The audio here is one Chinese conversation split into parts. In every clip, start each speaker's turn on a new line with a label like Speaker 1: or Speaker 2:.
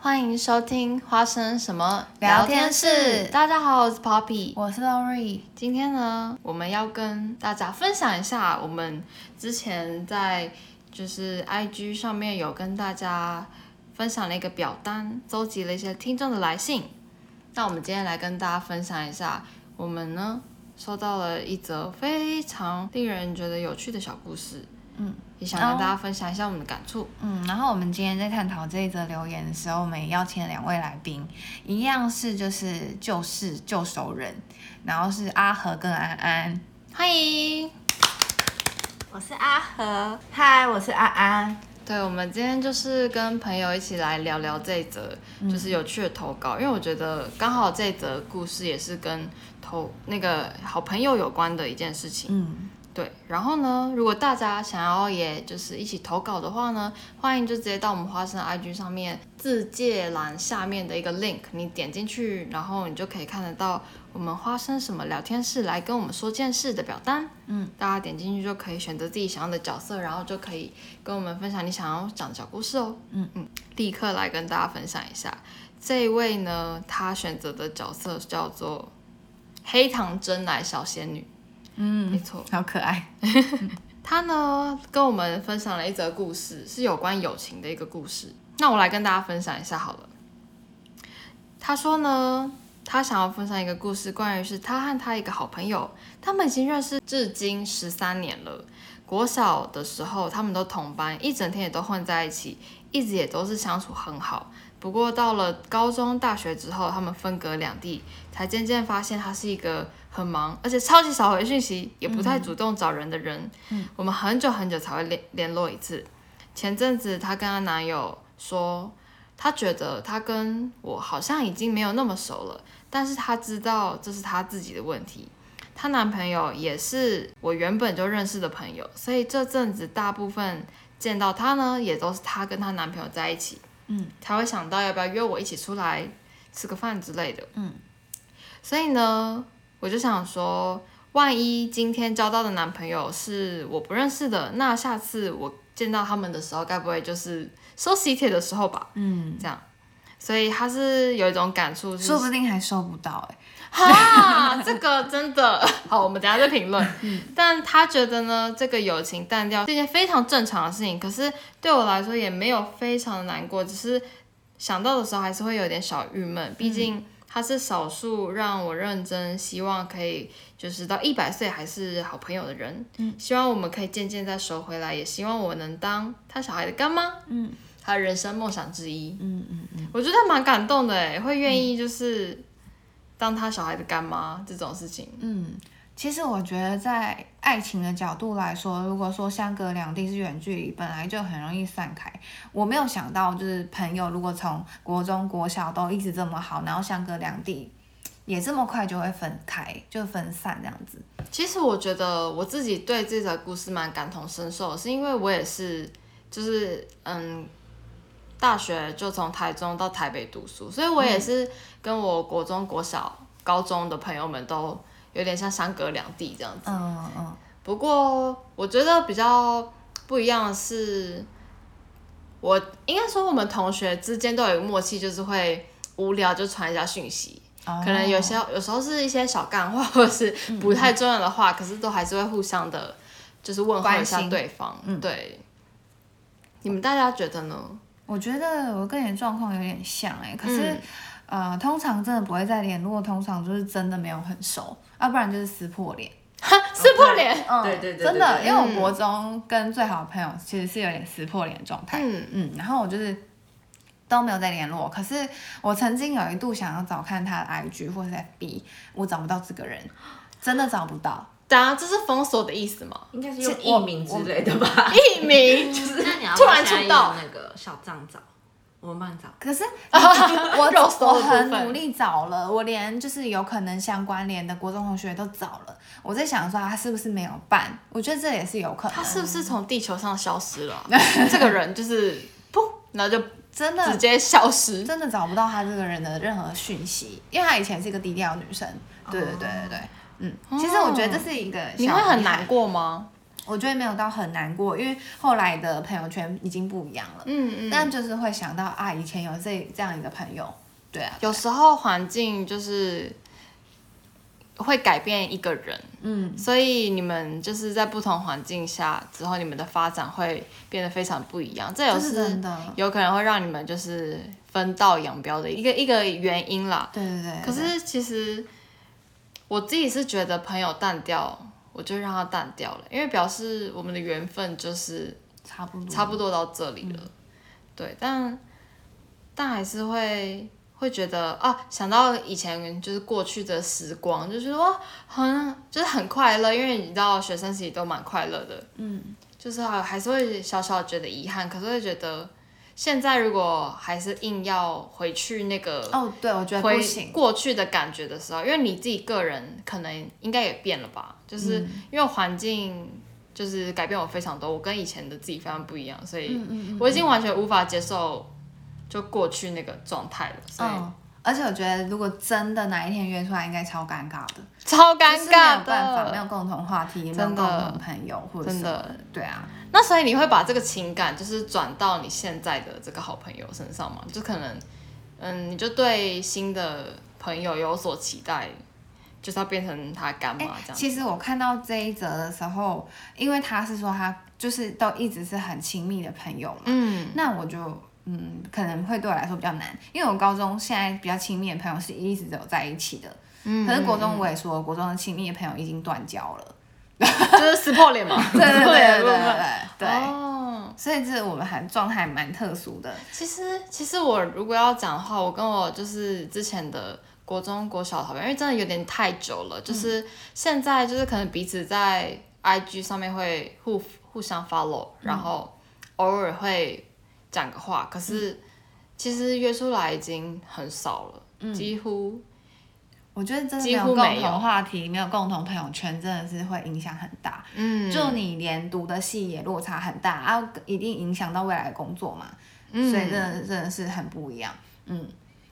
Speaker 1: 欢迎收听花生什么
Speaker 2: 聊天室
Speaker 1: 大家好，我是 Poppy。
Speaker 2: 我是 Lori，
Speaker 1: 今天呢，我们要跟大家分享一下我们之前在就是 IG 上面有跟大家分享了一个表单，搜集了一些听众的来信。那我们今天来跟大家分享一下，我们呢收到了一则非常令人觉得有趣的小故事。嗯，也想跟大
Speaker 2: 哦
Speaker 1: 家分享一下我们的感触。
Speaker 2: 嗯，然后我们今天在探讨这一则留言的时候，我们也邀请了两位来宾，一样是就是旧事旧熟人，然后是阿和跟安安。
Speaker 1: 欢迎。
Speaker 3: 我是阿和，嗨，我是安安。
Speaker 1: 对，我们今天就是跟朋友一起来聊聊这一则，就是有趣的投稿，因为我觉得刚好这一则故事也是跟投那个好朋友有关的一件事情。
Speaker 2: 嗯，
Speaker 1: 对，然后呢，如果大家想要也就是一起投稿的话呢，欢迎就直接到我们花生的 IG 上面自介栏下面的一个 link，你点进去，然后你就可以看得到我们花生什么聊天室来跟我们说件事的表单。嗯，大家点进去就可以选择自己想要的角色，然后就可以跟我们分享你想要讲的小故事哦。嗯嗯，立刻来跟大家分享一下，这一位呢，他选择的角色叫做黑糖真奶小仙女。嗯，没错。
Speaker 2: 好可爱。
Speaker 1: 他呢跟我们分享了一则故事，是有关友情的一个故事。那我来跟大家分享一下好了。他说呢，他想要分享一个故事，关于是他和他一个好朋友，他们已经认识至今十三年了。国小的时候，他们都同班，一整天也都混在一起，一直也都是相处很好。不过到了高中、大学之后，他们分隔两地，才渐渐发现他是一个很忙，而且超级少回讯息，也不太主动找人的人。我们很久很久才会联联络一次。前阵子她跟她男友说，她觉得她跟我好像已经没有那么熟了，但是她知道这是她自己的问题。她男朋友也是我原本就认识的朋友，所以这阵子大部分见到她呢，也都是她跟她男朋友在一起，嗯，才会想到要不要约我一起出来吃个饭之类的，嗯。所以呢，我就想说，万一今天交到的男朋友是我不认识的，那下次我见到他们的时候，该不会就是收喜帖的时候吧？嗯，这样，所以他是有一种感触是
Speaker 2: 说，不定还收不到哎、
Speaker 1: 哈，这个真 的好，我们等一下再评论。但他觉得呢，这个友情淡掉是一件非常正常的事情，可是对我来说也没有非常的难过，只是想到的时候还是会有点小郁闷，毕竟他是少数让我认真希望可以就是到一百岁还是好朋友的人。希望我们可以渐渐再熟回来，也希望我能当他小孩的干妈。嗯，他的人生梦想之一。嗯嗯嗯，我觉得蛮感动的诶，会愿意就是。当他小孩的干妈这种事情，
Speaker 2: 其实我觉得，在爱情的角度来说，如果说相隔两地是远距离，本来就很容易散开。我没有想到，就是朋友如果从国中、国小都一直这么好，然后相隔两地，也这么快就会分开，就分散这样子。
Speaker 1: 其实我觉得我自己对这则故事蛮感同身受的，是因为我也是，就是嗯，大学就从台中到台北读书，所以我也是跟我国中、国小、高中的朋友们都有点像相隔两地这样子。
Speaker 2: 嗯嗯
Speaker 1: 不过我觉得比较不一样的是，我应该说我们同学之间都有一个默契，就是会无聊就传一下讯息。
Speaker 2: 哦
Speaker 1: 可能有些有时候是一些小干话， 或者是不太重要的话，可是都还是会互相的，就是问候一
Speaker 2: 关
Speaker 1: 下
Speaker 2: 心
Speaker 1: 对方。
Speaker 2: 嗯
Speaker 1: 对，你们大家觉得呢？
Speaker 2: 我觉得我跟你的状况有点像哎、可是、呃，通常真的不会再联络，通常就是真的没有很熟，要、不然就是撕破脸。
Speaker 1: 撕破脸。
Speaker 2: 嗯，
Speaker 3: 哦对对对
Speaker 2: 真的，
Speaker 3: 对
Speaker 2: 因为我国中跟最好的朋友其实是有点撕破脸的状态，
Speaker 1: 嗯
Speaker 2: 嗯然后我就是都没有再联络。可是我曾经有一度想要找看他的 IG 或是 FB，我找不到这个人，真的找不到。
Speaker 1: 当然，啊这是封锁的意思嘛？
Speaker 3: 应该是
Speaker 2: 是
Speaker 3: 用
Speaker 2: 我
Speaker 3: 艺名之类的 吧？
Speaker 1: 艺 名
Speaker 3: 那你要
Speaker 1: 突然出道
Speaker 3: 那个小账找，我们帮你找。
Speaker 2: 可是我
Speaker 1: 肉搜
Speaker 2: 我
Speaker 1: 的部分
Speaker 2: 很努力找了，我连就是有可能相关联的国中同学都找了。我在想说他是不是没有办？我觉得这也是有可能。
Speaker 1: 他是不是从地球上消失了 啊、这个人就是噗，然后就
Speaker 2: 真
Speaker 1: 直
Speaker 2: 的
Speaker 1: 接消失。
Speaker 2: 真的找不到她这个人的任何讯息，因为她以前是一个低
Speaker 1: 哦
Speaker 2: 调的女生。对对对对对，嗯，其实我觉得这是一个小
Speaker 1: 你会很难，过吗？
Speaker 2: 我觉得没有到很难过，因为后来的朋友圈已经不一样了。
Speaker 1: 嗯嗯，
Speaker 2: 但就是会想到啊，以前有这这样一个朋友，对啊，
Speaker 1: 有时候环境就是会改变一个人，
Speaker 2: 嗯，
Speaker 1: 所以你们就是在不同环境下之后，你们的发展会变得非常不一样。这有
Speaker 2: 这是真的
Speaker 1: 有可能会让你们就是分道扬镳的一个一个原因啦。
Speaker 2: 对对对。
Speaker 1: 可是其实我自己是觉得朋友淡掉，我就让他淡掉了，因为表示我们的缘分就是
Speaker 2: 差不多，
Speaker 1: 差不多到这里了。对，但但还是会会觉得啊，想到以前就是过去的时光，就觉得哇，很就是很快乐，因为你知道学生时期都蛮快乐的，嗯，就是还还是会小小觉得遗憾，可是会觉得现在如果还是硬要回去那个
Speaker 2: 哦，对，我觉得
Speaker 1: 回
Speaker 2: 不行，
Speaker 1: 过去的感觉的时候，因为你自己个人可能应该也变了吧，就是
Speaker 2: 嗯
Speaker 1: 因为环境就是改变我非常多，我跟以前的自己非常不一样，所
Speaker 2: 嗯
Speaker 1: 以我已经完全无法接受就过去那个状态了，所以
Speaker 2: 嗯，而且我觉得如果真的哪一天约出来，应该超尴尬的，
Speaker 1: 超尴
Speaker 2: 就是没
Speaker 1: 尬
Speaker 2: 有办法，没
Speaker 1: 的。
Speaker 2: 有共同话题，没有
Speaker 1: 真
Speaker 2: 共
Speaker 1: 的
Speaker 2: 同朋友或者
Speaker 1: 真
Speaker 2: 什么
Speaker 1: 的
Speaker 2: 的，对啊，
Speaker 1: 那所以你会把这个情感就是转到你现在的这个好朋友身上吗？就可能，嗯，你就对新的朋友有所期待，就是要变成他干
Speaker 2: 哎、
Speaker 1: 嘛啊这样？
Speaker 2: 其实我看到这一则的时候，因为他是说他就是都一直是很亲密的朋友嘛，
Speaker 1: 嗯，
Speaker 2: 那我就嗯可能会对我来说比较难，因为我高中现在比较亲密的朋友是一直都有在一起的，
Speaker 1: 嗯
Speaker 2: 可是国中我也说，国中的亲密的朋友已经断交了，
Speaker 1: 就是撕破脸嘛，
Speaker 2: 对对对对对
Speaker 1: 部分
Speaker 2: 对对。
Speaker 1: 哦，
Speaker 2: 所以这我们还状态蛮特殊的，
Speaker 1: 其实其实我如果要讲的话，我跟我就是之前的国中、国小的好朋友，因为真的有点太久了，就是
Speaker 2: 嗯
Speaker 1: 现在就是可能彼此在 IG 上面会互互相 follow，然后
Speaker 2: 嗯
Speaker 1: 偶尔会讲个话，可是其实约出来已经很少了，
Speaker 2: 嗯
Speaker 1: 几乎
Speaker 2: 我觉得真的没
Speaker 1: 几
Speaker 2: 有
Speaker 1: 乎
Speaker 2: 共
Speaker 1: 没有
Speaker 2: 同话题，没有共同朋友圈，真的是会影响很大。
Speaker 1: 嗯
Speaker 2: 就你连读的系也落差很大啊，一定影响到未来的工作嘛，所以真的真的是很不一样，嗯。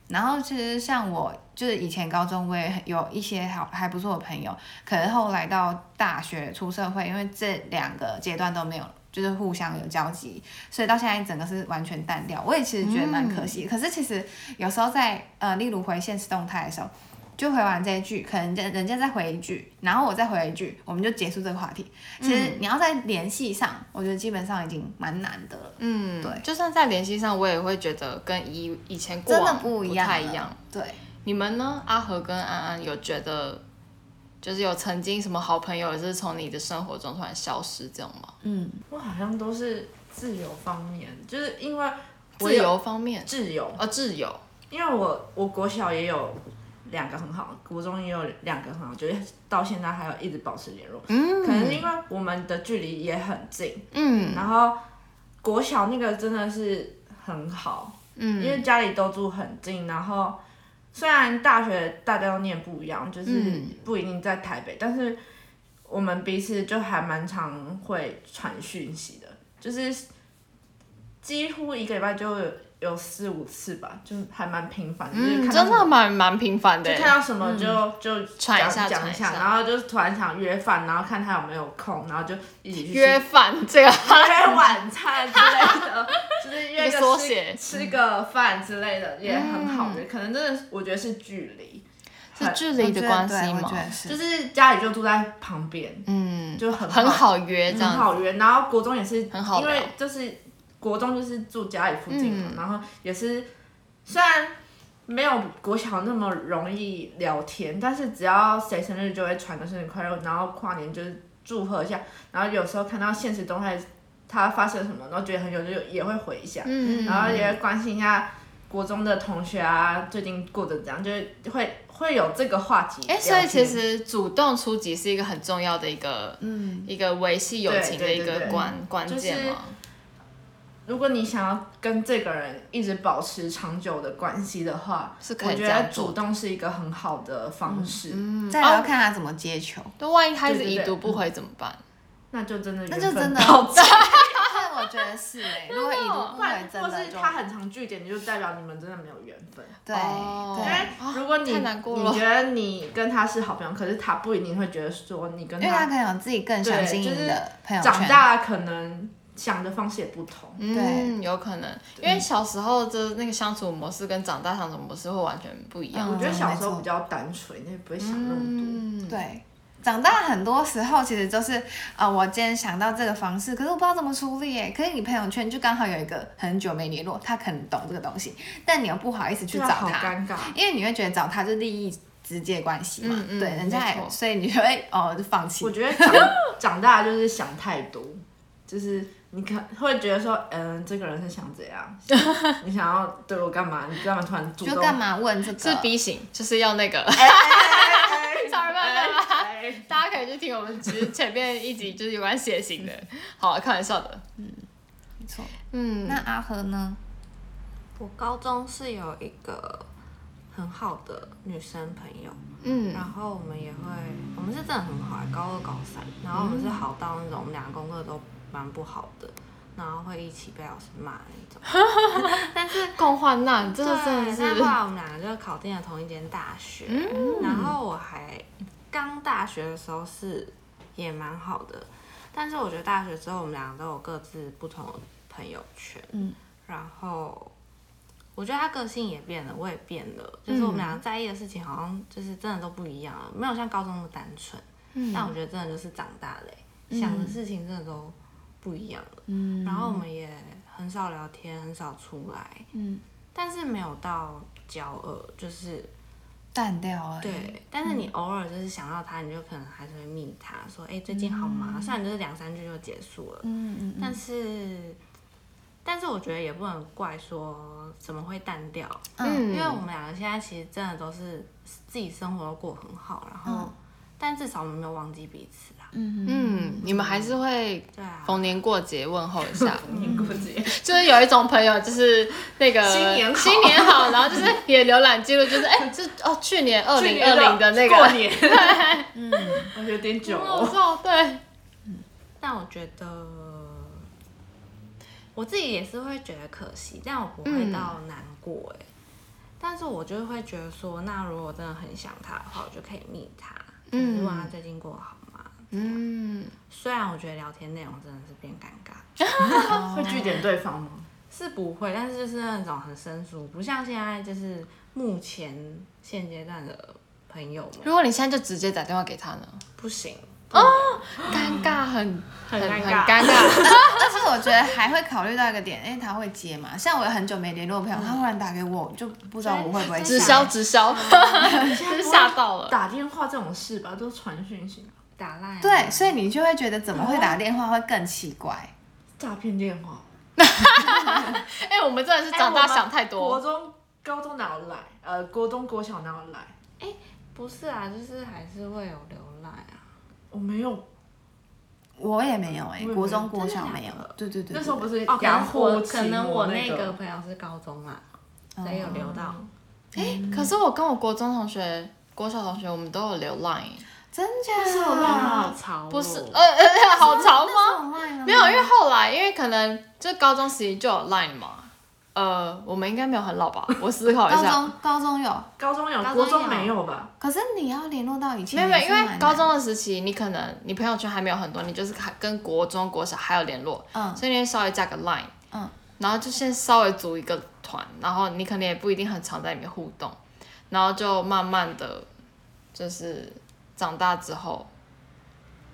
Speaker 2: 然后其实像我，就是以前高中我也很有一些好还不错的朋友，可是后来到大学出社会，因为这两个阶段都没有，就是互相有交集，所以到现在整个是完全淡掉。我也其实觉得蛮可惜，可是其实有时候在呃，例如回现实动态的时候，就回完这一句，可能人人家再回一句，然后我再回一句，我们就结束这个话题。其实你要在联系上，我觉得基本上已经蛮难的了，
Speaker 1: 嗯，
Speaker 2: 对
Speaker 1: 就算在联系上，我也会觉得跟以以前过
Speaker 2: 真的
Speaker 1: 往
Speaker 2: 不一
Speaker 1: 一
Speaker 2: 样，啊
Speaker 1: 太一样。。
Speaker 2: 对，
Speaker 1: 你们呢？阿和跟安安有觉得，就是有曾经什么好朋友，也是从你的生活中突然消失这样吗？
Speaker 2: 嗯，
Speaker 4: 我好像都是自由方面，就是因为我
Speaker 1: 自
Speaker 4: 有
Speaker 1: 由方面，
Speaker 4: 自由，
Speaker 1: 啊，自由，
Speaker 4: 因为我我国小也有两个很好，国中也有两个很好，就是到现在还有一直保持联络。嗯，可能是因为我们的距离也很近，
Speaker 1: 嗯
Speaker 4: 然后国小那个真的是很好，因
Speaker 1: 嗯
Speaker 4: 为家里都住很近，然后虽然大学大家都念不一样，就是
Speaker 1: 嗯
Speaker 4: 不一定在台北，但是我们彼此就还蛮常会传讯息的，就是几乎一个礼拜就有有四五次吧，就还蛮频繁的，就是
Speaker 1: 嗯，
Speaker 4: 看
Speaker 1: 真
Speaker 4: 到
Speaker 1: 的蛮蛮频繁的
Speaker 4: 就
Speaker 1: 欸，
Speaker 4: 看到什么就、就
Speaker 1: 传一
Speaker 4: 讲
Speaker 1: 下
Speaker 4: 讲
Speaker 1: 传一
Speaker 4: 一下，
Speaker 1: 下
Speaker 4: 然后就突然想约饭，然后看他有没有空，然后就一起去吃
Speaker 1: 约饭这个
Speaker 4: 约晚餐之类 的，就是约
Speaker 1: 一个
Speaker 4: 个
Speaker 1: 缩
Speaker 4: 吃
Speaker 1: 写嗯
Speaker 4: 吃个饭之类的也很好的，可能真的是我觉得是距离，
Speaker 1: 是距
Speaker 2: 我
Speaker 1: 离
Speaker 2: 觉
Speaker 1: 的
Speaker 2: 得
Speaker 1: 关
Speaker 2: 对
Speaker 1: 系
Speaker 2: 我
Speaker 1: 吗
Speaker 2: 觉？得是，
Speaker 4: 就是家里就住在旁边，
Speaker 1: 嗯，
Speaker 4: 就很
Speaker 1: 很
Speaker 4: 好
Speaker 1: 好约这
Speaker 4: 很
Speaker 1: 样子，
Speaker 4: 好约。然后国中也是，
Speaker 1: 很好
Speaker 4: 因
Speaker 1: 聊
Speaker 4: 为就是国中就是住家里附近嘛，
Speaker 1: 嗯
Speaker 4: 然后也是虽然。没有国小那么容易聊天，但是只要谁生日就会传个生日快乐，然后跨年就是祝贺一下，然后有时候看到现实动态他发生什么，然后觉得很有趣，就也会回一下。
Speaker 1: 嗯，
Speaker 4: 然后也会关心一下国中的同学啊，最近过得怎样，就是会会有这个话题
Speaker 1: 哎、
Speaker 4: 聊天。
Speaker 1: 所以其实主动出击是一个很重要的一个，嗯，一个维系友
Speaker 4: 对
Speaker 1: 情的
Speaker 4: 对
Speaker 1: 一
Speaker 4: 对
Speaker 1: 个
Speaker 4: 对
Speaker 1: 关关
Speaker 4: 就是
Speaker 1: 键嘛。
Speaker 4: 如果你想要跟这个人一直保持长久的关系的话，
Speaker 1: 是可
Speaker 4: 我
Speaker 1: 以
Speaker 4: 觉
Speaker 1: 这
Speaker 4: 得
Speaker 1: 样做
Speaker 4: 主动是一个很好的方式。
Speaker 2: 再
Speaker 1: 哦
Speaker 2: 来要看他怎么接球。
Speaker 1: 那万一他一直
Speaker 4: 对对
Speaker 1: 已
Speaker 4: 对
Speaker 1: 读不回怎么办？
Speaker 4: 那就真的
Speaker 2: 那
Speaker 4: 缘
Speaker 2: 就
Speaker 1: 哦
Speaker 4: 分
Speaker 2: 真的，
Speaker 4: 到此
Speaker 2: 但是我觉得得是哎、如果已读
Speaker 3: 不
Speaker 2: 不回
Speaker 3: 然
Speaker 2: 真
Speaker 3: 或
Speaker 2: 的
Speaker 3: 是
Speaker 2: 就
Speaker 3: 他很常据点，就代表你们真的没有缘分。
Speaker 2: 对、
Speaker 1: 哦
Speaker 3: 因
Speaker 2: 对，
Speaker 3: 为如果你、
Speaker 1: 啊太难过了
Speaker 3: 你觉得你跟他是好朋友，可是他不一定会觉得说你跟
Speaker 2: 因为他
Speaker 3: 他
Speaker 2: 可能有自己更想
Speaker 3: 对
Speaker 2: 经营
Speaker 3: 就是
Speaker 2: 的朋友圈，
Speaker 3: 长大可能想的方式也不同。
Speaker 1: 嗯，有可能，因为小时候的那个相处模式跟长大相处模式会完全不一样。
Speaker 2: 嗯
Speaker 3: 我觉得小
Speaker 2: 没
Speaker 3: 时候
Speaker 2: 错
Speaker 3: 比较单纯，你也不会想那么多。
Speaker 1: 嗯，
Speaker 2: 对。长大很多时候其实就是，啊，我今天想到这个方式，可是我不知道怎么处理耶。可是你朋友圈就刚好有一个很久没联络，他可能懂这个东西，但你又不好意思去
Speaker 3: 对啊
Speaker 2: 找
Speaker 3: 好
Speaker 2: 他，
Speaker 3: 尴尬。
Speaker 2: 因为你会觉得找他就利益直接关系嘛，
Speaker 1: 嗯嗯
Speaker 2: 对，人家
Speaker 1: 没
Speaker 2: 也
Speaker 1: 错
Speaker 2: 所以你就会哦就放弃
Speaker 3: 我。觉得长 长大就是想太多，就是你可会觉得说，嗯，这个人是想怎样？ 你想要对我干嘛？你干嘛突然主
Speaker 2: 就
Speaker 3: 动？
Speaker 2: 干嘛问这个？
Speaker 1: 是 B 型，就是要那个。
Speaker 3: 哎？哎哎
Speaker 1: Sorry，慢慢慢
Speaker 3: 哎哎
Speaker 1: 大家可以去听我们只是前面一集就是有关血型的，好，啊开玩笑的。
Speaker 2: 没错。
Speaker 1: 嗯，
Speaker 2: 那阿和呢？
Speaker 4: 我高中是有一个很好的女生朋友，
Speaker 1: 嗯
Speaker 4: 然后我们也会，我们是真的很好、欸高二高三，然后我
Speaker 2: 嗯
Speaker 4: 们是好到那种我们俩功课都蛮不好的，然后会一起被老师骂那种。但是
Speaker 1: 共患难，真的真的
Speaker 4: 对，但后
Speaker 1: 是嗯
Speaker 4: 来我们两个就考进了同一间大学，然后我还刚大学的时候是也蛮好的，但是我觉得大学之后我们两个都有各自不同的朋友圈，
Speaker 2: 嗯
Speaker 4: 然后我觉得他个性也变了，我也变了，就是我们
Speaker 1: 嗯
Speaker 4: 两个在意的事情好像就是真的都不一样了，没有像高中那么单纯，
Speaker 1: 嗯
Speaker 4: 但我觉得真的就是长大了欸、想的事情真的都不一样了，
Speaker 2: 嗯
Speaker 4: 然后我们也很少聊天，很少出来。
Speaker 2: 嗯，
Speaker 4: 但是没有到骄傲，就是
Speaker 2: 淡掉了。，
Speaker 4: 对。但
Speaker 2: 嗯
Speaker 4: 是你偶尔就是想到他，你就可能还是会密他说，哎、最近好吗？虽然就是两三句就结束了，
Speaker 2: 嗯嗯嗯
Speaker 4: 但是，但是我觉得也不能怪说怎么会淡掉，
Speaker 2: 嗯，
Speaker 4: 因为我们两个现在其实真的都是自己生活都过很好，然后，但至少我们没有忘记彼此啊。
Speaker 2: 嗯嗯
Speaker 1: 嗯，你们还是会
Speaker 4: 对啊，
Speaker 1: 逢年过节问候一 下，
Speaker 3: 你估计
Speaker 1: 就是有一种朋友，就是那个
Speaker 3: 新年好
Speaker 1: 新年好，然后就是也浏览记录，就是 哎，这哦去年二
Speaker 3: 去
Speaker 1: 零
Speaker 3: 年
Speaker 1: 二零的那个
Speaker 3: 过年，
Speaker 2: 嗯，
Speaker 3: 我觉得有点久
Speaker 1: 我
Speaker 3: 哦。
Speaker 1: 知道，对，
Speaker 4: 但我觉得我自己也是会觉得可惜，但我不会到难过哎、但是我就会觉得说，那如果我真的很想他的话，我就可以密他，就是问他最近过得好吗？
Speaker 1: 嗯，
Speaker 4: 虽然我觉得聊天内容真的是变尴尬，
Speaker 3: 会据点对方吗？
Speaker 4: 是不会，但是就是那种很生疏，不像现在就是目前现阶段的朋友们
Speaker 1: 如果你现在就直接打电话给他呢，
Speaker 4: 不行，
Speaker 1: 尴尬很
Speaker 3: 很
Speaker 1: 很
Speaker 3: 尴
Speaker 1: 很
Speaker 3: 尬
Speaker 1: 尴尬，
Speaker 2: 但是我觉得还会考虑到一个点，因为他会接嘛。像我有很久没联络的朋友，他忽然打给我，我就不知道我会不会
Speaker 1: 直
Speaker 2: 接
Speaker 1: 销直嗯销，真是吓到了。
Speaker 3: 打电话这种事吧，都传讯息，
Speaker 4: 打烂
Speaker 3: 啊
Speaker 2: 对，所以你就会觉得怎么会打电话会更奇怪。
Speaker 3: 诈骗电话。
Speaker 1: 哎、我们真的是
Speaker 3: 哎
Speaker 1: 长
Speaker 3: 我
Speaker 1: 大
Speaker 3: 们
Speaker 1: 想太多。
Speaker 3: 国中、高中哪有来？呃，国中、国小哪有来？
Speaker 4: 不是啊，就是还是会有浏览啊。
Speaker 3: 我没有，
Speaker 2: 我也没有哎、
Speaker 3: 我也没有
Speaker 2: 国中、国小
Speaker 4: 真的
Speaker 2: 没有
Speaker 4: 假的。
Speaker 2: 对对对，
Speaker 3: 那时候不是
Speaker 4: 哦，可
Speaker 3: 雅
Speaker 4: 能
Speaker 3: 虎
Speaker 4: 我可能我那
Speaker 3: 个
Speaker 4: 个朋友是高中啦，所以有留到。
Speaker 1: 哎、可是我跟我国中同学、国小同学，我们都有留 Line，
Speaker 2: 真假？
Speaker 3: 是有
Speaker 4: 好
Speaker 3: 啦，
Speaker 4: 潮哦，
Speaker 1: 不是？呃呃， 好潮吗？
Speaker 2: 吗
Speaker 1: 没啊有，因为后来因为可能就高中时期就有 Line 嘛。呃，我们应该没有很老吧？我思考一
Speaker 2: 高
Speaker 1: 下。
Speaker 2: 中高中有，
Speaker 3: 高中有，
Speaker 4: 高中
Speaker 3: 国中
Speaker 4: 有
Speaker 3: 没有吧？
Speaker 2: 可是你要联络到以
Speaker 1: 没
Speaker 2: 前
Speaker 1: 有
Speaker 2: 也是
Speaker 1: 没
Speaker 2: 蛮
Speaker 1: 有，
Speaker 2: 难
Speaker 1: 因
Speaker 2: 的，
Speaker 1: 为高中的时期，你可能你朋友圈还没有很多，你就是还跟国中、国小还有联络，
Speaker 2: 嗯
Speaker 1: 所以你会稍微加个 Line，
Speaker 2: 嗯，
Speaker 1: 然后就先稍微组一个团，然后你可能也不一定很常在里面互动，然后就慢慢的，就是长大之后，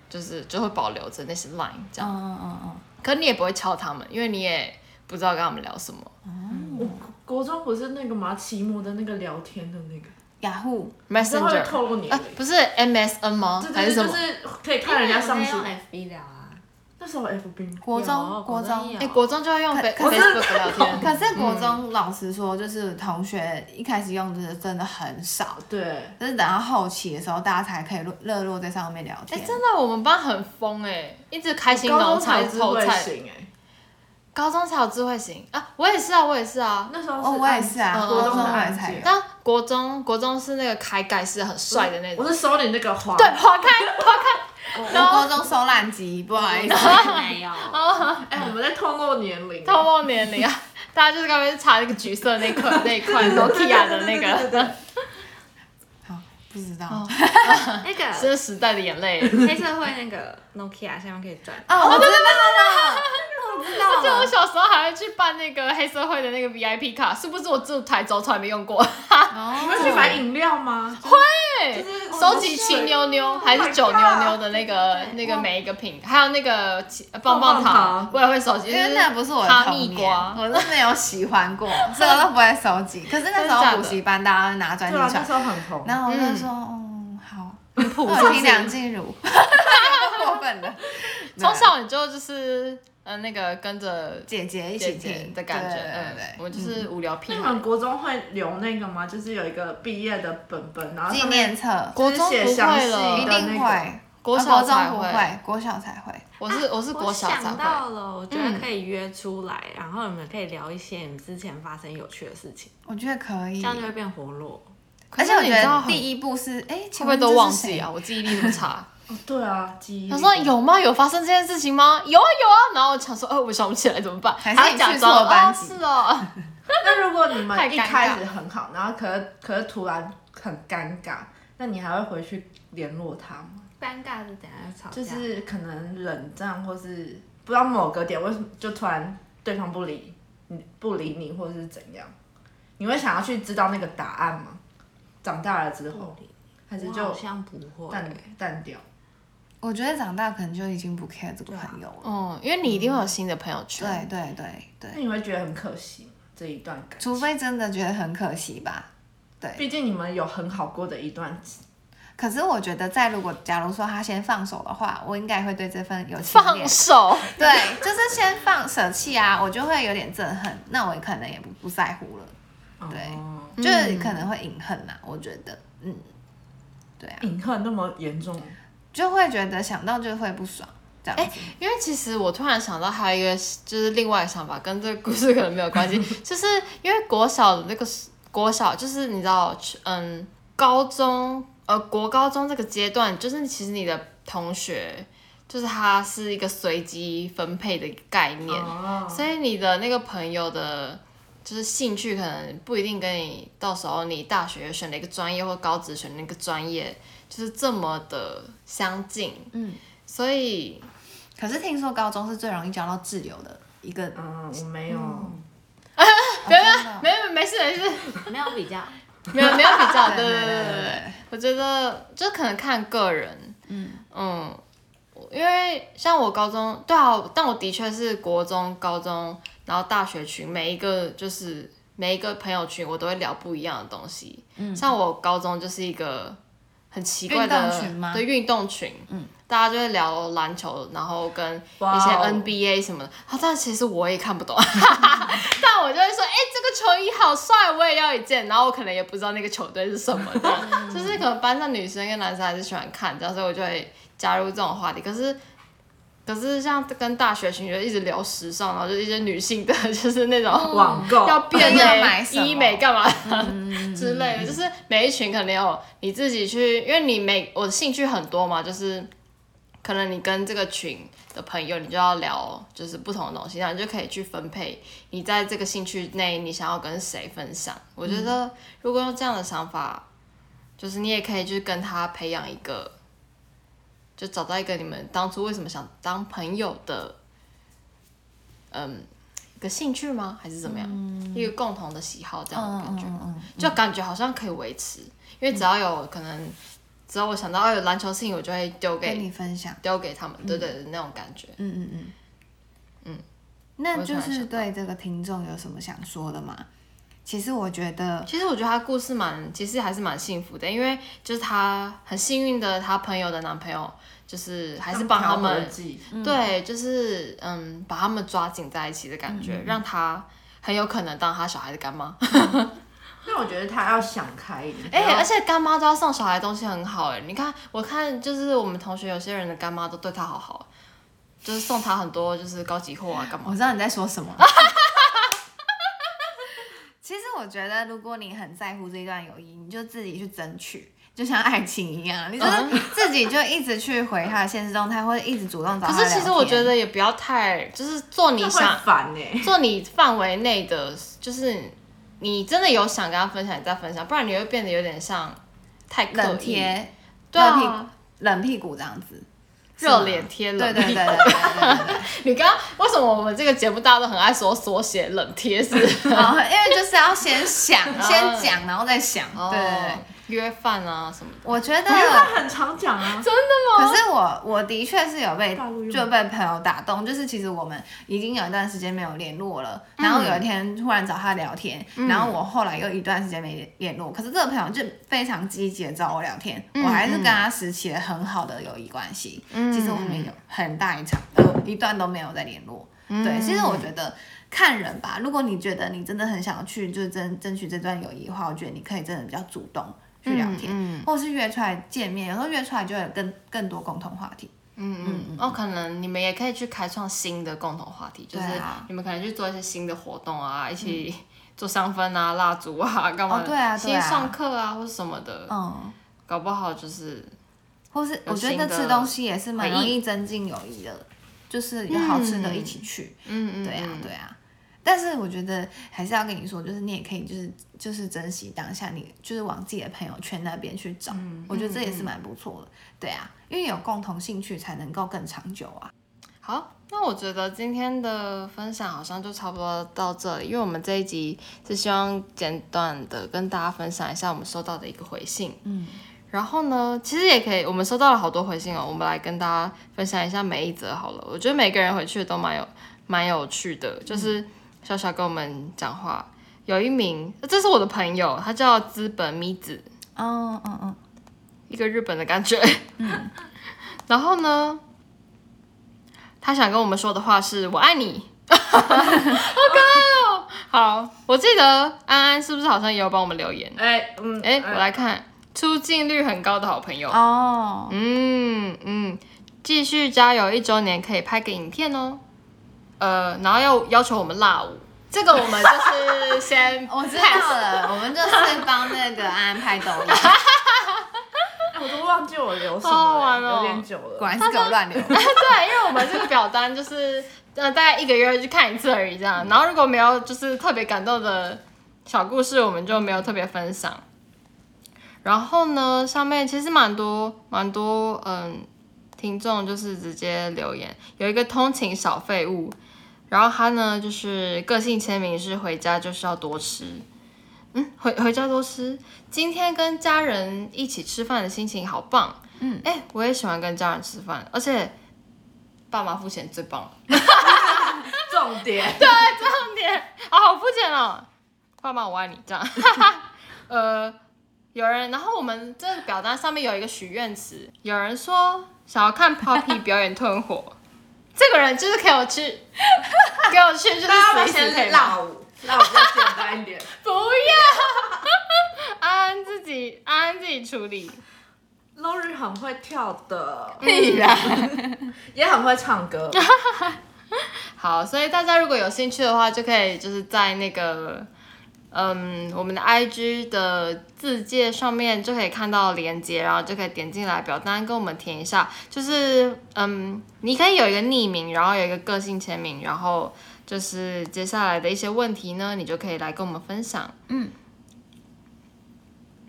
Speaker 1: 就是就会保留着那些 Line 这
Speaker 2: 嗯
Speaker 1: 样，
Speaker 2: 嗯嗯嗯，
Speaker 1: 可你也不会敲他们，因为你也不知道跟他们聊什么，
Speaker 3: 国中不是那个嘛，期末的那个聊天的那个，
Speaker 2: 雅虎
Speaker 3: 是会
Speaker 1: Messenger，
Speaker 3: 透露年
Speaker 1: 呃，
Speaker 3: 龄。
Speaker 1: 不是 MSN 吗？
Speaker 3: 对
Speaker 1: 还
Speaker 3: 对
Speaker 1: 是什
Speaker 3: 对，
Speaker 1: 么
Speaker 3: 就？是可以看人家上学
Speaker 4: 因。为我在用 FB 聊啊，
Speaker 3: 那时候 FB 吗
Speaker 2: 国
Speaker 4: 有
Speaker 2: 中国中
Speaker 4: 也。有
Speaker 1: 哎，国中就会用
Speaker 2: 可
Speaker 1: Fa-
Speaker 2: 可是哦
Speaker 1: Facebook 聊天，
Speaker 2: 可是哎国中，老实说，就是同学一开始用的真的很少，
Speaker 3: 对，
Speaker 2: 但是等到后期的时候，大家才可以热热络在上面聊
Speaker 1: 哎、
Speaker 2: 天。
Speaker 1: 真的，我们班很疯哎、一直开心
Speaker 3: 高
Speaker 1: 农
Speaker 3: 中才
Speaker 1: 场
Speaker 3: 有智
Speaker 1: 偷
Speaker 3: 慧
Speaker 1: 菜，
Speaker 3: 型哎，
Speaker 1: 高中才有智慧型啊！我也是啊，我也是啊。
Speaker 3: 那时候
Speaker 2: 哦，我也是啊，
Speaker 1: 嗯
Speaker 2: 国中
Speaker 1: 嗯
Speaker 2: 我也才有
Speaker 3: 嗯。
Speaker 1: 但国中国中是那个开盖式很帅的那种
Speaker 3: 我，是收你那个花，
Speaker 1: 对，花开花开，
Speaker 2: 我我国中手懒级，不好意 思。
Speaker 4: 没有，
Speaker 3: 哎、我们在透露年龄，
Speaker 1: 透露年龄啊， 大家就是刚才查那个橘色 那块那一块 Nokia 的那个，
Speaker 2: 好，不知道。
Speaker 1: 哦
Speaker 4: 那
Speaker 1: 这是
Speaker 4: 个
Speaker 1: 时代的眼泪。
Speaker 4: 黑社会那个 Nokia 下面可以转，
Speaker 2: 哦，我知道了，我知道
Speaker 3: 啊
Speaker 1: 就我
Speaker 2: 了。
Speaker 1: 小时候还会去办那个黑社会的那个 VIP 卡，是不是我住台州从来没用过？
Speaker 2: 哦
Speaker 3: 你们去买饮料吗？
Speaker 1: 哦对
Speaker 3: 就是，
Speaker 1: 收集七妞妞还是九妞妞的那个
Speaker 4: God
Speaker 1: 那个每一个品，还有那个七呃棒棒
Speaker 3: 棒棒
Speaker 1: 糖
Speaker 3: 糖，
Speaker 1: 我也会收集，
Speaker 2: 因为那不是我的
Speaker 1: 哈
Speaker 2: 童
Speaker 1: 密
Speaker 2: 年，
Speaker 1: 瓜。
Speaker 2: 我都没有喜欢过，所以我都不会收集。可是那
Speaker 1: 真的
Speaker 2: 时
Speaker 1: 假
Speaker 2: 候
Speaker 1: 的
Speaker 2: 补习班大家会拿专辑
Speaker 3: 对啊，
Speaker 2: 出
Speaker 3: 那
Speaker 2: 来
Speaker 3: 时，候很红。
Speaker 2: 然后我就说，嗯，好，我听梁静茹， 过 分了。
Speaker 1: 从小你就就是呃那个跟着
Speaker 2: 姐姐一
Speaker 1: 姐
Speaker 2: 起
Speaker 1: 姐
Speaker 2: 听
Speaker 1: 的感觉，
Speaker 2: 对对
Speaker 1: 嗯
Speaker 2: 对，
Speaker 1: 我就是无聊屁
Speaker 3: 那你
Speaker 1: 孩
Speaker 3: 们。国中会留那个吗？就是有一个毕业的本本，然后
Speaker 2: 对纪
Speaker 3: 上面
Speaker 2: 念册
Speaker 1: 国中
Speaker 3: 写
Speaker 1: 不
Speaker 3: 详
Speaker 1: 会
Speaker 3: 细
Speaker 1: 了，
Speaker 2: 一
Speaker 3: 的
Speaker 2: 定会，
Speaker 1: 国
Speaker 2: 啊
Speaker 1: 小
Speaker 2: 国
Speaker 1: 才
Speaker 2: 中不，会，国小才会。
Speaker 1: 我是我是国小才
Speaker 4: 想
Speaker 1: 会。
Speaker 4: 到了，我觉得可以约出来，然后你们可以聊一些你们之前发生有趣的事情，
Speaker 2: 我觉得可以
Speaker 4: 这，样就会变活络。
Speaker 2: 而且我
Speaker 1: 可是你
Speaker 2: 觉
Speaker 1: 知道
Speaker 2: 得
Speaker 1: 很
Speaker 2: 第一步是，哎，
Speaker 1: 会
Speaker 2: 前
Speaker 1: 不会
Speaker 2: 面
Speaker 1: 都
Speaker 2: 这是
Speaker 1: 忘
Speaker 2: 谁
Speaker 1: 记啊？？我记忆力这么 差。
Speaker 3: 哦，对啊，记忆力。
Speaker 1: 他说有吗？有发生这件事情吗？有啊有啊。然后我想说，哦，我想不起来怎么办？
Speaker 2: 还是
Speaker 1: 要
Speaker 2: 你
Speaker 1: 假
Speaker 2: 去
Speaker 1: 装
Speaker 2: 错班级
Speaker 1: 哦是哦，
Speaker 3: 那如果你
Speaker 1: 太
Speaker 3: 们
Speaker 1: 尴尬
Speaker 3: 一开始很好，然后可是可是突然很尴尬，那你还会回去联络他吗？
Speaker 4: 尴尬是等下就吵架，
Speaker 3: 就是可能冷战，或是不知道某个点为什么就突然对方不理你，不理你，或者是怎样？你会想要去知道那个答案吗？长大了之后，还是
Speaker 4: 我
Speaker 3: 就
Speaker 4: 好像不会
Speaker 3: 淡淡掉？
Speaker 2: 我觉得长大可能就已经不 care 这个朋友了。
Speaker 1: 嗯，因为你一定会有新的朋友圈。
Speaker 2: 对对对
Speaker 3: 那
Speaker 2: 对，
Speaker 3: 你会觉得很可惜吗这一段感
Speaker 2: 除
Speaker 3: 情？
Speaker 2: 非真的觉得很可惜吧。对，
Speaker 3: 毕竟你们有很好过的一段
Speaker 2: 可是我觉得，在如果假如说他先放手的话，我应该会对这份友情
Speaker 1: 放
Speaker 2: 恋
Speaker 1: 手，
Speaker 2: 对，就是先放舍弃啊，我就会有点憎恨，那我可能也不不在乎了，对
Speaker 3: 哦
Speaker 2: 就是可能会隐恨啦，我觉得，嗯，对啊，
Speaker 3: 隐恨那么严重，
Speaker 2: 就会觉得想到就会不爽，这样子。
Speaker 1: 因为其实我突然想到还有一个，就是另外的想法，跟这个故事可能没有关系，就是因为国小的那个时国小，就是你知道，嗯，高中呃国高中这个阶段，就是其实你的同学，就是他是一个随机分配的概念，
Speaker 3: 哦，
Speaker 1: 所以你的那个朋友的，就是兴趣可能不一定跟你到时候你大学选了一个专业或高职选了一个专业，就是这么的相近。
Speaker 2: 嗯，
Speaker 1: 所以
Speaker 2: 可是听说高中是最容易交到挚友的一个，哦
Speaker 3: 嗯，我没有，
Speaker 2: 没有
Speaker 1: 没有没事没事，
Speaker 4: 没有比较，
Speaker 1: 没有没有比较，
Speaker 2: 对
Speaker 1: 对对
Speaker 2: 对对
Speaker 1: 对
Speaker 2: 对
Speaker 1: 对对
Speaker 2: 对，
Speaker 1: 我觉得就可能看个人，嗯嗯，我因为像我高中，对啊，但我的确是国中、高中，然后大学群每一个就是每一个朋友群，我都会聊不一样的东西。嗯，像我高中就是一个很奇怪的
Speaker 2: 运动群吗
Speaker 1: 对运动群，嗯，大家就会聊篮球，然后跟
Speaker 3: 哇
Speaker 1: 一些
Speaker 3: 哦
Speaker 1: NBA 什么的，啊，但其实我也看不懂， 但我就会说，哎、这个球衣好帅，我也要一件。然后我可能也不知道那个球队是什么 的，就是可能班上女生跟男生还是喜欢看这样，所以我就会加入这种话题。可是，可是像跟大学群就一直聊时尚，然后就是一些女性的， 就是那种
Speaker 3: 网购
Speaker 1: 要变
Speaker 2: 哦要
Speaker 1: 美、
Speaker 2: 买什么嗯
Speaker 1: 医美干嘛的 之类的，就是每一群可能有你自己去，因为你每我的兴趣很多嘛，就是可能你跟这个群的朋友，你就要聊就是不同的东西，然后你就可以去分配你在这个兴趣内你想要跟谁分享。我觉
Speaker 2: 嗯
Speaker 1: 得如果用这样的想法，就是你也可以去跟他培养一个。就找到一个你们当初为什么想当朋友的，嗯，一个兴趣吗？还是怎么样？一个共同的喜好这样的感觉，就感觉好像可以维持，因为只要有可能，只要我想到哦有篮球事情，我就会丢
Speaker 2: 跟
Speaker 1: 给嗯
Speaker 2: 你分享。
Speaker 1: 丢给他们，对对对，那种感觉。
Speaker 2: 嗯嗯嗯，嗯，那
Speaker 1: 我突
Speaker 2: 就
Speaker 1: 然想
Speaker 2: 是
Speaker 1: 到
Speaker 2: 对这个听众有什么想说的吗？其实我觉得，
Speaker 1: 其实我觉得她故事蛮，其实还是蛮幸福的，因为就是她很幸运的，她朋友的男朋友就是还是帮他们，嗯
Speaker 2: 嗯
Speaker 1: 对，就是嗯，把他们抓紧在一起的感
Speaker 2: 嗯
Speaker 1: 觉，让她很有可能当她小孩的干 妈。
Speaker 3: 那我觉得他要想开一点，
Speaker 1: 哎、
Speaker 3: 不要
Speaker 1: 而且干妈都要送小孩东西很好哎、你看，我看就是我们同学有些人的干妈都对她好好，就是送她很多就是高级货啊干嘛
Speaker 2: 我。知道你在说什么。其实我觉得，如果你很在乎这段友谊，你就自己去争取。就像爱情一样，你就是自己就一直去回他的现实动态，或者一直主动找
Speaker 1: 可
Speaker 2: 他。
Speaker 1: 是其实我觉，得也不要太，就是做你
Speaker 3: 会
Speaker 1: 想
Speaker 3: 烦欸呢。
Speaker 1: 做你范围内的，就是你真的有想跟他分享，你再分享，不然你会变得有点像太刻意
Speaker 2: 冷，贴
Speaker 1: 对啊，
Speaker 2: 冷屁股这样子，
Speaker 1: 热脸贴冷
Speaker 2: 对
Speaker 1: 屁
Speaker 2: 对对对对对对
Speaker 1: 你刚刚为什么我们这个节目大家都很爱说缩写冷贴 是？
Speaker 2: 对，好，因为就是要先想，先讲，然后再想，对对对。
Speaker 1: 哦，约饭啊什么的。
Speaker 2: 我觉得，
Speaker 3: 他很常讲啊，
Speaker 2: 可是我我的确是有被
Speaker 3: 大陆用
Speaker 2: 就被朋友打动，就是其实我们已经有一段时间没有联络了，
Speaker 3: 嗯
Speaker 2: 然后有一天突然找他聊天，然后我后来又一段时间没联联络，可是这个朋友就非常积极的找我聊天，
Speaker 3: 嗯
Speaker 2: 我还是跟他时期的很好的友谊关系，其实我们有很大一场呃一段都没有再联络，
Speaker 3: 嗯
Speaker 2: 对，其实我觉得。看人吧，如果你觉得你真的很想去，就是争争取这段友谊的话，我觉得你可以真的比较主动去聊天，
Speaker 1: 嗯
Speaker 2: 或者是约出来见面，有时候约出来就有更更多共同话题。
Speaker 1: 嗯，哦，可能你们也可以去开创新的共同话题，就是
Speaker 2: 对啊
Speaker 1: 你们可能去做一些新的活动啊，一起做香氛啊、蜡烛啊，干嘛的？
Speaker 2: 哦对啊对
Speaker 1: 新
Speaker 2: 啊
Speaker 1: 上课啊，或者什么的，
Speaker 2: 嗯，
Speaker 1: 搞不好就是
Speaker 2: 或是
Speaker 1: 有
Speaker 2: 我觉
Speaker 1: 新
Speaker 2: 得
Speaker 1: 的
Speaker 2: 吃东西也是蛮
Speaker 1: 回忆
Speaker 2: 容易增进友谊的，就是有好吃的一起去。
Speaker 1: 嗯嗯，
Speaker 2: 对啊
Speaker 1: 嗯，
Speaker 2: 对啊。但是我觉得还是要跟你说，就是你也可以就是就是珍惜当下你，就是往自己的朋友圈那边去找，
Speaker 1: 嗯
Speaker 2: 我觉得这也是蛮不错的。对啊，因为有共同兴趣才能够更长久啊。
Speaker 1: 好，那我觉得今天的分享好像就差不多到这里，因为我们这一集是希望简短的跟大家分享一下我们收到的一个回信。
Speaker 2: 嗯，
Speaker 1: 然后呢，其实也可以，我们收到了好多回信哦，我们来跟大家分享一下每一则好了。我觉得每个人回去都蛮有蛮有趣的，就是小小跟我们讲话。有一名，这是我的朋友，他叫资本咪子，
Speaker 2: 哦，嗯嗯，
Speaker 1: 一个日本的感觉。 然后呢，他想跟我们说的话是“我爱你”， 好可爱哦。好，我记得安安是不是好像也有帮我们留言？
Speaker 3: 哎，嗯，
Speaker 1: 哎，我来看，出镜率很高的好朋友。
Speaker 2: 哦，
Speaker 1: 嗯嗯，继续加油，一周年可以拍个影片哦。呃，然后要要求我们辣舞，这个我们就是先
Speaker 2: 我知道了，我们就是帮那个安安拍抖音，
Speaker 3: 哎我都忘记我留什
Speaker 1: 好好
Speaker 3: 么
Speaker 1: 玩
Speaker 3: 了，
Speaker 1: 哦
Speaker 3: 有点久
Speaker 2: 果
Speaker 3: 了。
Speaker 2: 然是给我乱 流。
Speaker 1: 对，因为我们这个表单就是呃大概一个月去看一次而已，这样。然后如果没有就是特别感动的小故事，我们就没有特别分享。然后呢，上面其实蛮多蛮多嗯，听众就是直接留言，有一个通勤小废物，然后他呢就是个性签名是回家就是要多吃。嗯，回回家多吃。今天跟家人一起吃饭的心情好棒。嗯，哎、我也喜欢跟家人吃饭，而且爸妈付钱最棒 了。
Speaker 3: 重点，
Speaker 1: 重点啊，好肤浅哦！爸妈，我爱你，这样。 呃，有人，然后我们这个表单上面有一个许愿词，有人说想要看 Poppy 表演吞火， 这个人就是给我去，给我去就是
Speaker 3: 大家
Speaker 1: 死
Speaker 3: 要
Speaker 1: 一死可以
Speaker 3: 先
Speaker 1: 吗？
Speaker 3: 绕舞，绕舞比较简单一 点。
Speaker 1: 不要，安安自己，安安自己处理。
Speaker 3: l o r i 很会跳的，
Speaker 2: 必然。
Speaker 3: 也很会唱歌。
Speaker 1: 好，所以大家如果有兴趣的话，就可以就是在那个嗯我们的 IG 的字界上面就可以看到连接，然后就可以点进来表单跟我们填一下。就是嗯，你可以有一个匿名，然后有一个个性签名，然后就是接下来的一些问题呢，你就可以来跟我们分享。嗯。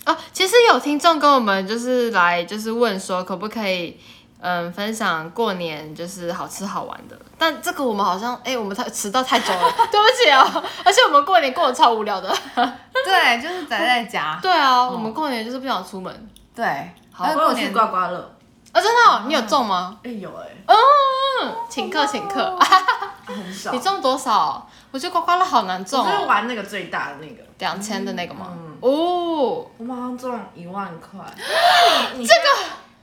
Speaker 1: 哦，其实有听众跟我们就是来就是问说，可不可以嗯，分享过年就是好吃好玩的，但这个我们好像哎、我们太迟到太久了， 对不起哦。而且我们过年过得超无聊的。
Speaker 2: 对，就是宅在家。
Speaker 1: 对啊，我
Speaker 2: 哦
Speaker 1: 们过年就是不想出门。
Speaker 2: 对，
Speaker 1: 好
Speaker 2: 还有
Speaker 3: 我
Speaker 2: 过
Speaker 3: 有去
Speaker 2: 年
Speaker 3: 刮刮乐，
Speaker 1: 啊，真的哦、你有中吗？
Speaker 3: 哎有哎，
Speaker 1: 嗯，请客请客。
Speaker 2: 哦
Speaker 3: 很少。
Speaker 1: 你中多少？我觉得刮刮乐好难中
Speaker 3: 我是
Speaker 1: 哦，
Speaker 3: 玩那个最大的那个，
Speaker 1: 两千的那个吗？
Speaker 2: 嗯
Speaker 1: 哦，
Speaker 3: 我们好像中一万 块。
Speaker 4: 这个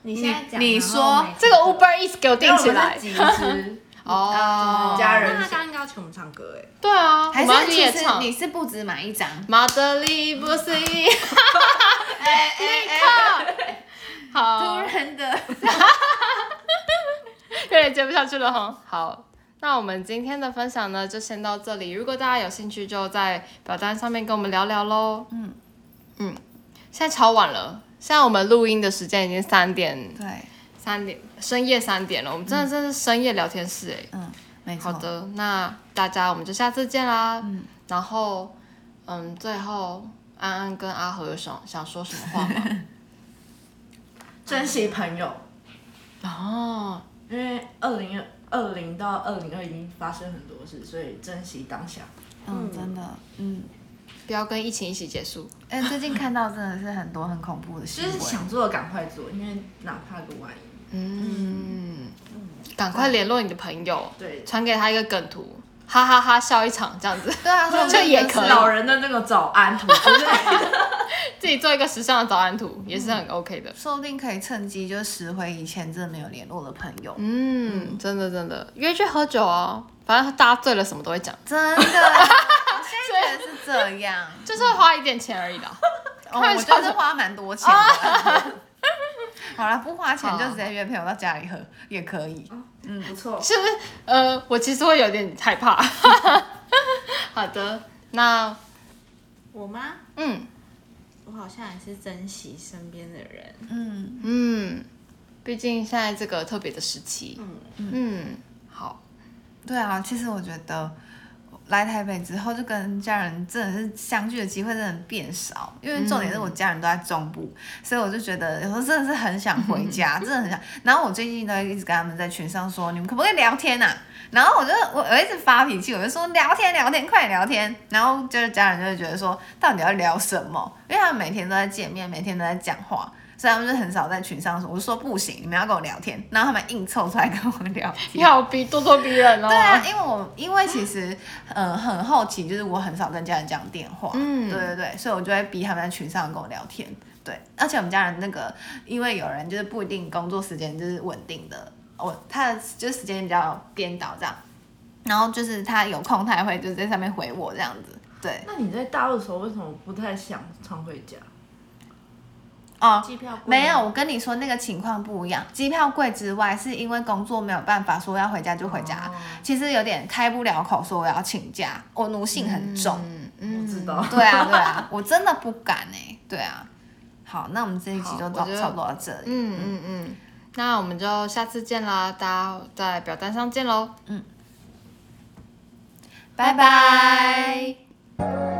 Speaker 4: 你现在讲，
Speaker 2: 你
Speaker 4: 然后
Speaker 2: 说
Speaker 4: 没
Speaker 1: 这个 Uber Eats 给我订起来
Speaker 3: 因为我们是 集资，
Speaker 1: 哦。
Speaker 3: 家
Speaker 4: 那他
Speaker 3: 人
Speaker 4: 刚刚应该要请我们唱歌哎。
Speaker 1: 对啊，我
Speaker 2: 还
Speaker 1: 们要
Speaker 2: 是
Speaker 1: 去
Speaker 2: 其
Speaker 1: 夜
Speaker 2: 实
Speaker 1: 唱。
Speaker 2: 你是不止买一张，
Speaker 1: 马德里不思议，
Speaker 2: 哎 哎
Speaker 1: 好，
Speaker 2: 突然的，
Speaker 1: 有点接不下去了哈。好，那我们今天的分享呢，就先到这里。如果大家有兴趣，就在表单上面跟我们聊聊喽。嗯嗯，现在超晚了，现在我们录音的时间已经三点，
Speaker 2: 对，
Speaker 1: 三点深夜三点了，我们真的真的是深夜聊天室哎、
Speaker 2: 嗯，没错。
Speaker 1: 好的，那大家我们就下次见啦。嗯，然后嗯，最后安安跟阿和有想想说什么话吗？
Speaker 3: 珍惜朋友，
Speaker 1: 哦，
Speaker 3: 因为二零二零到二零二一发生很多事，所以珍惜当下。
Speaker 2: 嗯，真的，嗯，
Speaker 1: 不要跟疫情一起结束。
Speaker 2: 哎、最近看到真的是很多很恐怖的
Speaker 3: 就
Speaker 2: 新
Speaker 3: 是
Speaker 2: 闻，
Speaker 3: 想做的赶快做，因为哪怕个万一。
Speaker 1: 嗯，赶快联络你的朋友，
Speaker 3: 对，
Speaker 1: 传给他一个梗图，哈哈哈笑一场这样子，
Speaker 2: 对啊，
Speaker 1: 这也可以
Speaker 3: 老人的那个早安图之类 的，
Speaker 1: 自己做一个时尚的早安图也是很 OK 的。
Speaker 2: 说不定可以趁机就拾回以前真的没有联络的朋友。
Speaker 1: 嗯，真的真的，约去喝酒啊，反正大家醉了什么都会讲，
Speaker 2: 真的，我现在觉得是这样。
Speaker 1: 就是会花一点钱而已 啦。
Speaker 2: 哦，
Speaker 1: 开玩
Speaker 2: 我
Speaker 1: 笑
Speaker 2: 觉得花蛮多钱的。 好啦，不花钱就直接约朋友到家里喝也可以。
Speaker 3: 嗯，不错。
Speaker 1: 是不是？呃，我其实会有点害 怕。好的，那
Speaker 4: 我吗？
Speaker 1: 嗯
Speaker 4: 我好像也是珍惜身边的人，
Speaker 2: 嗯，
Speaker 1: 嗯，毕竟现在这个特别的时期，嗯，好，
Speaker 2: 对啊，其实我觉得来台北之后，就跟家人真的是相聚的机会真的变少，因为重点是我家人都在中部，所以我就觉得有时候真的是很想回家，真的很想。然后我最近都一直跟他们在群上说，你们可不可以聊天啊？然后我就我我一直发脾气，我就说聊天聊天快聊天，然后就是家人就会觉得说到底要聊什么，因为他们每天都在见面，每天都在讲话，所以他们就很少在群上说，我就说不行，你们要跟我聊天，然后他们硬凑出来跟我聊
Speaker 1: 你
Speaker 2: 天。
Speaker 1: 好逼咄咄逼人哦。
Speaker 2: 对啊，因为我因为其实嗯、呃很好奇，就是我很少跟家人讲电话，
Speaker 1: 嗯
Speaker 2: 对对对，所以我就会逼他们在群上跟我聊天。对，而且我们家人那个，因为有人就是不一定工作时间就是稳定的，我、他的就是时间比较颠倒这样，然后就是他有空他也会就是在上面回我这样子。对，
Speaker 3: 那你在大陆的时候为什么不太想常回家？
Speaker 2: 哦，
Speaker 4: 机票贵吗
Speaker 2: 没有，我跟你说那个情况不一样。机票贵之外，是因为工作没有办法说要回家就回家，
Speaker 3: 哦
Speaker 2: 其实有点开不了口说我要请假，我奴性很重。
Speaker 1: 嗯嗯
Speaker 3: 我知道
Speaker 2: 对啊，对啊，我真的不敢哎、对啊。好，那我们这一集就
Speaker 1: 好
Speaker 2: 到
Speaker 1: 我觉得
Speaker 2: 差不多到这里。
Speaker 1: 嗯嗯嗯，那我们就下次见啦，大家在表单上见喽，
Speaker 2: 拜拜。